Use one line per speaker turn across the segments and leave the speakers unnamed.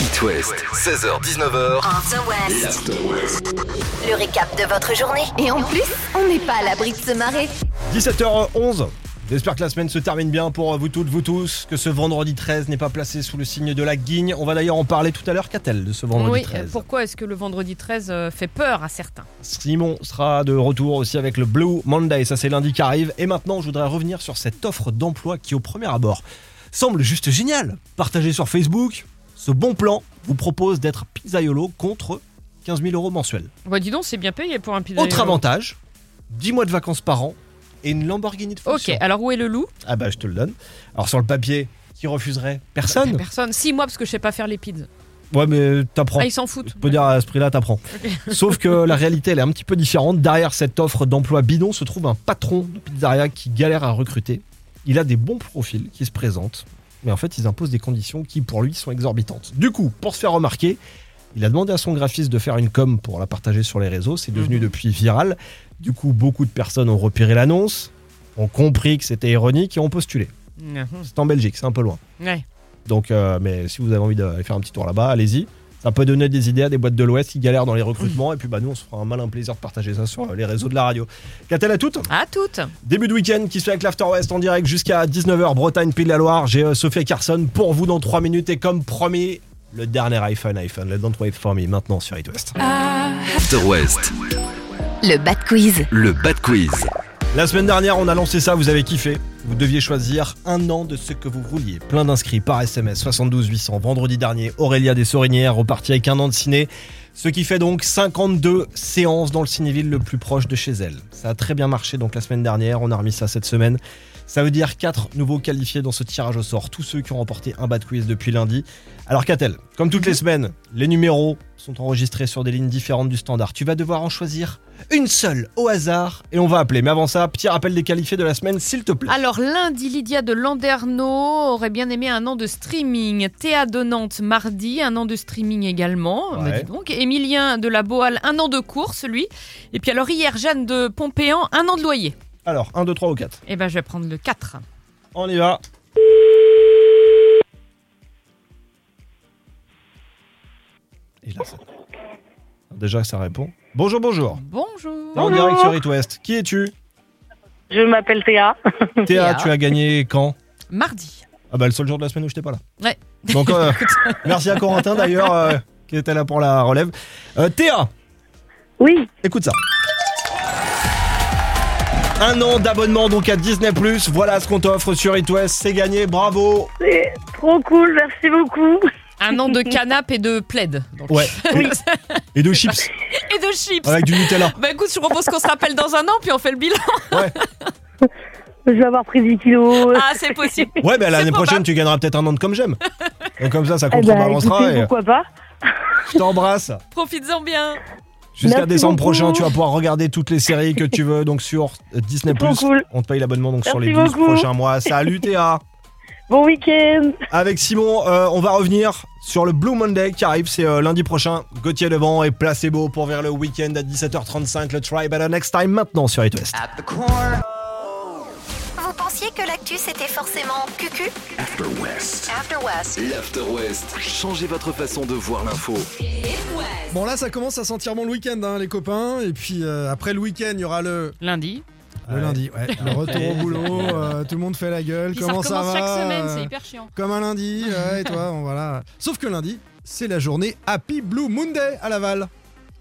It West, 16h-19h,
After West.
l'After West.
Le récap de votre journée. Et en plus, on n'est pas à l'abri de se marrer.
17h11. J'espère que la semaine se termine bien pour vous toutes, vous tous, que ce vendredi 13 n'est pas placé sous le signe de la guigne. On va d'ailleurs en parler tout à l'heure, qu'a-t-elle de ce vendredi
Oui,
13
pourquoi est-ce que le vendredi 13 euh, fait peur à certains
Simon sera de retour aussi avec le Blue Monday, ça c'est lundi qui arrive. Et maintenant, je voudrais revenir sur cette offre d'emploi qui, au premier abord, semble juste géniale. Partagée sur Facebook, ce bon plan vous propose d'être pizzaïolo contre 15 000 euros mensuels.
Bah dis donc, c'est bien payé pour un pizza.
Autre avantage, 10 mois de vacances par an et une Lamborghini de
Ok,
fonction.
alors où est le loup
Ah bah je te le donne. Alors sur le papier, qui refuserait Personne.
Personne. Six mois parce que je sais pas faire les pizzas.
Ouais mais t'apprends.
Ah, ils s'en foutent.
Je peux dire à ce prix-là, t'apprends. Sauf que la réalité, elle est un petit peu différente. Derrière cette offre d'emploi bidon se trouve un patron de pizzeria qui galère à recruter. Il a des bons profils qui se présentent, mais en fait, ils imposent des conditions qui, pour lui, sont exorbitantes. Du coup, pour se faire remarquer, il a demandé à son graphiste de faire une com pour la partager sur les réseaux. C'est devenu
Mhm.
depuis viral. Du coup, beaucoup de personnes ont repéré l'annonce, ont compris que c'était ironique et ont postulé.
Mhm.
C'est en Belgique, c'est un peu loin.
Ouais.
Donc, euh, mais si vous avez envie d'aller faire un petit tour là-bas, allez-y. Ça peut donner des idées à des boîtes de l'Ouest qui galèrent dans les recrutements. Et puis, bah, nous, on se fera un malin plaisir de partager ça sur euh, les réseaux de la radio. Qu'a-t-elle à toutes
À toutes.
Début de week-end qui se fait avec l'After West en direct jusqu'à 19h, Bretagne, Pays de la Loire. J'ai euh, Sophie Carson pour vous dans 3 minutes. Et comme promis, le dernier iPhone, iPhone, le Don't Wait For Me, maintenant sur It West.
After West,
Le Bad Quiz.
le Bad Quiz.
La semaine dernière, on a lancé ça, vous avez kiffé. Vous deviez choisir un an de ce que vous vouliez. Plein d'inscrits par SMS 72 800. Vendredi dernier, Aurélia des Sorinières repartit avec un an de ciné. Ce qui fait donc 52 séances dans le cinéville le plus proche de chez elle. Ça a très bien marché donc la semaine dernière, on a remis ça cette semaine. Ça veut dire 4 nouveaux qualifiés dans ce tirage au sort, tous ceux qui ont remporté un bad quiz depuis lundi. Alors qu'a-t-elle Comme toutes les semaines, les numéros sont enregistrés sur des lignes différentes du standard. Tu vas devoir en choisir une seule au hasard et on va appeler. Mais avant ça, petit rappel des qualifiés de la semaine, s'il te plaît.
Alors lundi, Lydia de Landerneau aurait bien aimé un an de streaming. Théa de Nantes mardi, un an de streaming également.
Ouais.
Bah, dis donc. Émilien de la Boal, un an de course lui. Et puis alors hier, Jeanne de Pompéan, un an de loyer.
Alors, 1, 2, 3 ou 4.
Eh ben je vais prendre le 4.
On y va. Et là, ça... Déjà, ça répond. Bonjour, bonjour.
Bonjour.
T'es en direct sur It West. Qui es-tu
Je m'appelle Théa.
Théa,
Théa.
tu as gagné quand
Mardi.
Ah bah le seul jour de la semaine où j'étais pas là.
Ouais.
Donc euh, merci à Corentin d'ailleurs euh, qui était là pour la relève. Euh, Théa,
Oui,
écoute ça. Un an d'abonnement donc à Disney ⁇ voilà ce qu'on t'offre sur It West, c'est gagné, bravo
c'est trop cool, merci beaucoup.
Un an de canapé et de plaid. donc.
Ouais, et, et de chips
Et de chips.
avec du Nutella.
Bah écoute, je propose qu'on se rappelle dans un an, puis on fait le bilan.
Je vais avoir pris 10 kilos.
Ah, c'est possible.
Ouais, bah, l'année
pas
prochaine
mal.
tu gagneras peut-être un an de comme j'aime. Donc comme ça, ça
Eh ben,
contrebalancera
écoutez,
et euh,
pourquoi pas
je t'embrasse.
Profites-en bien.
Jusqu'à
Merci
décembre
beaucoup.
prochain, tu vas pouvoir regarder toutes les séries que tu veux donc sur euh, Disney+.
Trop cool.
On te paye l'abonnement donc sur
Merci
les 12
beaucoup.
prochains mois. Salut Théa
Bon week-end.
Avec Simon, euh, on va revenir sur le Blue Monday qui arrive, c'est euh, lundi prochain. Gauthier Levent et Placebo pour vers le week-end à 17h35. Le Tribe at the next time maintenant sur It
Ah,
West.
Vous pensiez que l'actu c'était forcément cucu
After West.
After West.
L'After West. Changez votre façon de voir l'info.
Bon là ça commence à sentir bon le week-end hein, les copains et puis euh, après le week-end il y aura le,
Lundi.
le
Ouais.
lundi ouais, le retour au boulot euh, tout le monde fait la gueule comment ça, va Euh,
hyper chiant.
comme un lundi ouais, et toi on voilà sauf que lundi c'est la journée Happy Blue Monday à Laval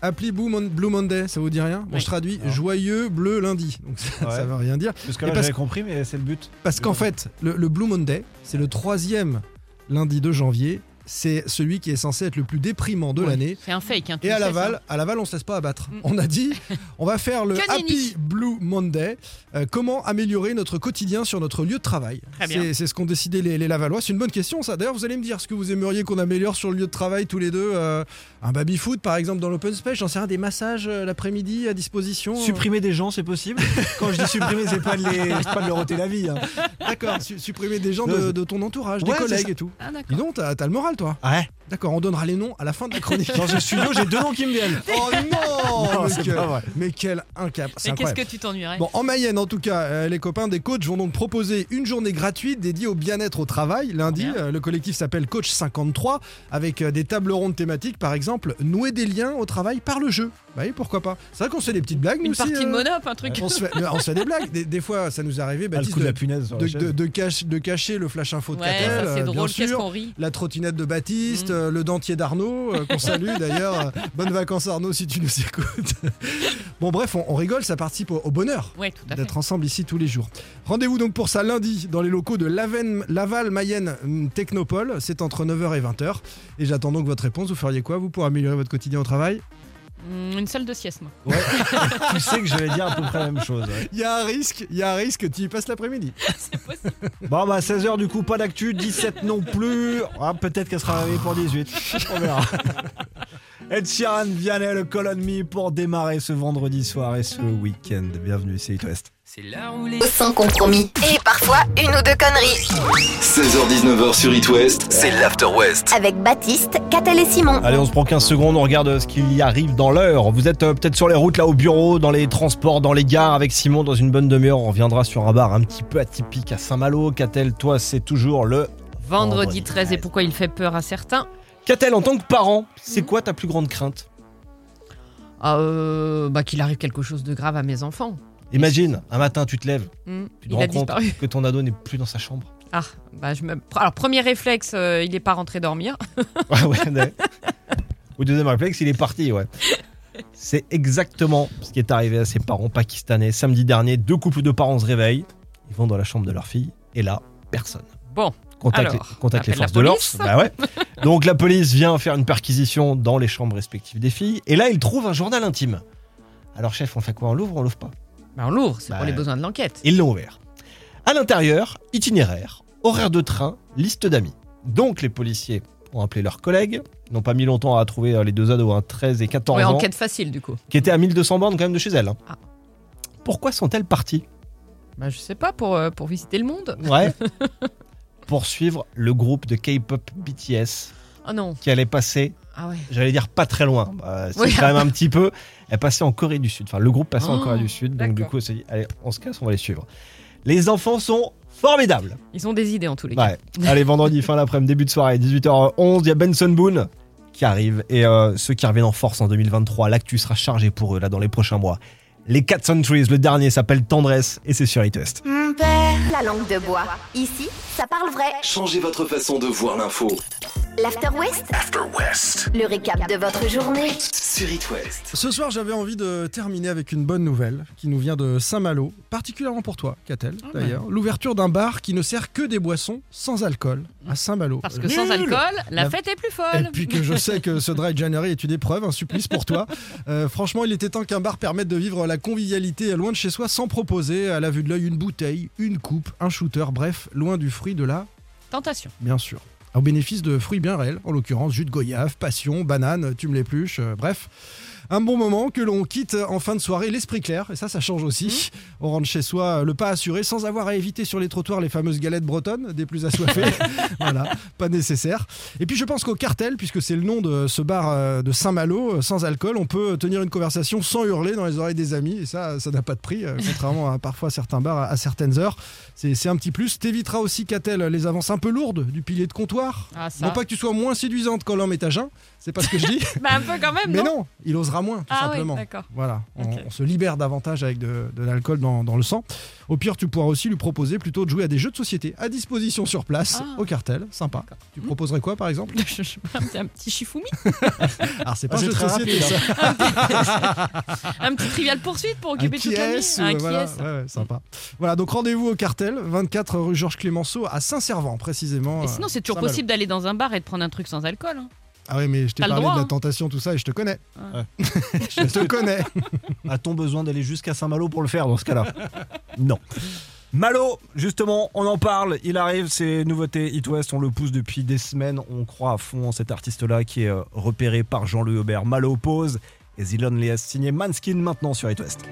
Happy Blue, Mon- Blue Monday ça vous dit rien bon
Oui.
je traduis
Non.
joyeux bleu lundi donc ça,
Ouais.
ça veut rien dire
Parce que
là, parce- j'avais
compris, mais c'est le but.
parce qu'en fait le, le Blue Monday c'est le troisième lundi de janvier c'est celui qui est censé être le plus déprimant de l'année
C'est un fake. Hein, tu
Et
le
à
sais,
Laval, à Laval, on se laisse pas abattre.
Mm.
On a dit, on va faire le
Que nenni.
Happy Blue Monday. Euh, comment améliorer notre quotidien sur notre lieu de travail
Très bien.
C'est c'est ce qu'ont décidé les, les Lavallois. C'est une bonne question, ça. D'ailleurs, vous allez me dire ce que vous aimeriez qu'on améliore sur le lieu de travail tous les deux. euh, un baby foot, par exemple, dans l'open space. J'en sais rien, des massages euh, l'après-midi à disposition. euh,
des gens, c'est possible Quand je dis supprimer, c'est pas, de leur ôter la vie.
D'accord. su- supprimer des gens
Ouais,
de,
c'est-
de ton entourage,
Ouais,
des
c'est ça.
collègues et tout.
ça. Ah, d'accord.
Dis donc, t'as t'as le moral, toi.
Ouais. D'accord, on donnera les noms à la fin de la chronique.
Dans ce studio, j'ai deux noms qui me viennent.
oh non,
Non,
mais,
c'est
quel,
pas vrai.
mais quel incap. c'est
Mais qu'est-ce
incroyable.
que tu t'ennuierais
Bon, en Mayenne, en tout cas, euh, les copains des coachs vont donc proposer une journée gratuite dédiée au bien-être au travail. Lundi,
Bien.
euh, le collectif s'appelle Coach 53, avec euh, des tables rondes thématiques, par exemple, nouer des liens au travail par le jeu. Bah oui, pourquoi pas C'est vrai qu'on se fait des petites blagues, nous
Une
aussi,
partie de
euh,
monop, un truc.
on se, fait, on se fait des blagues. Des, des fois, ça nous est arrivé,
Ah, le
Baptiste,
coup de
de,
la punaise. sur la
de-
chaise.
de- de cache- de cacher le flash info de
Ouais,
Catel,
ça c'est
euh, bien
drôle, qu'est-ce
sûr.
qu'on rit
La trottinette de Baptiste,
Mm.
euh, le dentier d'Arnaud, euh, qu'on salue d'ailleurs. Euh, Bonnes vacances Arnaud si tu nous écoutes. bon bref, on, on rigole, ça participe au- au bonheur
Ouais, tout à fait.
d'être ensemble ici tous les jours. Rendez-vous donc pour ça lundi dans les locaux de Laven- Laval Mayenne hum, Technopole. C'est entre 9h et 20h. Et j'attends donc votre réponse. Vous feriez quoi, vous, pour améliorer votre quotidien au travail
Mm, Une salle de sieste, moi.
Ouais. tu sais que j'allais dire à peu près la même chose. ouais.
Il y a un risque, il y a un risque, tu y passes l'après-midi.
C'est possible.
Bon, bah 16h du coup, pas d'actu, 17 non plus. Ah, Peut-être qu'elle sera réveillée pour 18. On verra. Ed Sheeran, Vianney, le Colon Me pour démarrer ce vendredi soir et ce week-end. Bienvenue, c'est It West.
C'est là où les
Sans compromis. Et parfois, une ou deux conneries.
16h-19h sur It West, c'est l'After West.
Avec Baptiste, Catel et Simon.
Allez, on se prend 15 secondes, on regarde euh, ce qu'il y arrive dans l'heure. Vous êtes euh, peut-être sur les routes, là, au bureau, dans les transports, dans les gares, avec Simon dans une bonne demi-heure. On reviendra sur un bar un petit peu atypique à Saint-Malo. Catel, toi, c'est toujours le. Vendredi
Vendredi 13, et
13.
pourquoi il fait peur à certains
Catel, en tant que parent,
Mhm.
c'est quoi ta plus grande crainte
Ah, euh, bah, Qu'il arrive quelque chose de grave à mes enfants.
Imagine, un matin, tu te lèves,
Mm,
tu te
Il
rends
a
compte
disparu.
que ton ado n'est plus dans sa chambre.
Ah, bah, je me... Alors, premier réflexe, euh, il n'est pas rentré dormir.
Ouais, ouais, ouais. Au deuxième réflexe, il est parti, ouais. C'est exactement ce qui est arrivé à ses parents pakistanais. Samedi dernier, deux couples de parents se réveillent. Ils vont dans la chambre de leur fille et là, personne.
Bon,
Contacte,
Alors,
les, contacte les
appelle la
forces de l'ordre.
police.
Bah ouais. Donc la police vient faire une perquisition dans les chambres respectives des filles. Et là, ils trouvent un journal intime. Alors chef, on fait quoi On l'ouvre ou on l'ouvre pas
bah, on l'ouvre, c'est
Bah,
pour les besoins de l'enquête.
Ils l'ont ouvert. À l'intérieur, itinéraire, horaire de train, liste d'amis. Donc les policiers ont appelé leurs collègues, Ils n'ont pas mis longtemps à trouver euh, les deux ados, hein, 13 et 14
Ouais,
ans,
enquête facile, du coup.
qui étaient à 1200 bornes quand même de chez elles. hein.
Ah.
Pourquoi sont-elles parties
Bah, je sais pas, pour, euh, pour visiter le monde.
Ouais. Pour suivre le groupe de K-pop BTS
Ah non,
qui allait passer,
ah ouais.
j'allais dire pas très loin, bah, c'est
Oui.
quand même un petit peu, elle passait en Corée du Sud, enfin le groupe passait en
Oh,
Corée du Sud, donc du
d'accord.
coup on s'est dit, allez, on se casse, on va les suivre. Les enfants sont formidables
Ils ont des idées en
Bah,
tous les cas.
Ouais. Allez, vendredi, fin d'après-midi, début de soirée, 18h11, il y a Benson Boone qui arrive. Et euh, ceux qui reviennent en force en 2023, l'actu sera chargé pour eux là dans les prochains mois. Les 4 Centuries, le dernier s'appelle Tendresse et c'est sur It West.
Mon père, la langue de bois. Ici, ça parle vrai.
Changez votre façon de voir l'info.
L'After West,
After West.
le récap de votre journée.
Sur It West.
Ce soir, j'avais envie de terminer avec une bonne nouvelle qui nous vient de Saint-Malo, particulièrement pour toi, Catel,
Ah
d'ailleurs. L'ouverture d'un bar qui ne sert que des boissons sans alcool à Saint-Malo.
Parce que sans
Nul
alcool, la
La-
fête est plus
Et
folle.
puis que je sais que ce Dry January est une épreuve, un supplice pour toi. Euh, franchement, il était temps qu'un bar permette de vivre la convivialité loin de chez soi sans proposer à la vue de l'œil une bouteille, une coupe, un shooter, bref, loin du fruit de la,
Tentation.
bien sûr. Au bénéfice de fruits bien réels, en l'occurrence jus de goyave, passion, banane, tu me l'épluches, euh, bref. Un bon moment que l'on quitte en fin de soirée l'esprit clair, et ça, ça change aussi. On rentre chez soi euh, le pas assuré sans avoir à éviter sur les trottoirs les fameuses galettes bretonnes des plus assoiffés. voilà, pas nécessaire. Et puis je pense qu'au cartel, puisque c'est le nom de ce bar euh, de Saint-Malo, euh, sans alcool, on peut tenir une conversation sans hurler dans les oreilles des amis, et ça, ça n'a pas de prix, euh, contrairement à parfois certains bars à- à certaines heures. C'est c'est un petit plus. T'éviteras aussi, Catel, les avances un peu lourdes du pilier de comptoir.
Ah, ça.
Non pas que tu sois moins séduisante quand l'homme est à jeun, c'est pas ce que je dis.
Bah, un peu quand même,
Mais
non,
non, il osera moins, tout
Ah oui,
simplement.
d'accord.
Voilà, on,
Ok.
on se libère davantage avec de, de l'alcool dans, dans le sang. Au pire, tu pourras aussi lui proposer plutôt de jouer à des jeux de société à disposition sur place,
Ah. Hmm.
au cartel, sympa. Tu proposerais quoi par exemple
Je sais pas, C'est un petit chifoumi,
Alors c'est
Ah,
pas un
c'est
jeu de
très
société,
rapide,
hein.
ça.
un petit trivial poursuite pour
Un
occuper toute la nuit.
quies, ou- voilà,
quies.
ouais, ouais, sympa. Voilà, donc rendez-vous au cartel, 24 rue Georges Clémenceau à Saint-Servant précisément.
Et
euh,
sinon, c'est toujours
Saint-Malo.
possible d'aller dans un bar et de prendre un truc sans alcool. hein.
Ah ouais, mais je t'ai
T'as le
parlé
droit,
de la
hein.
tentation, tout ça, et je te connais.
Ah.
Ouais.
je te connais.
A-t-on besoin d'aller jusqu'à Saint-Malo pour le faire dans ce cas-là Non. Malo, justement, on en parle, il arrive, c'est nouveauté It West, on le pousse depuis des semaines, on croit à fond en cet artiste-là qui est euh, repéré par Jean-Louis Aubert. Malo pose et The Loneliest, signé Manskin maintenant sur It West.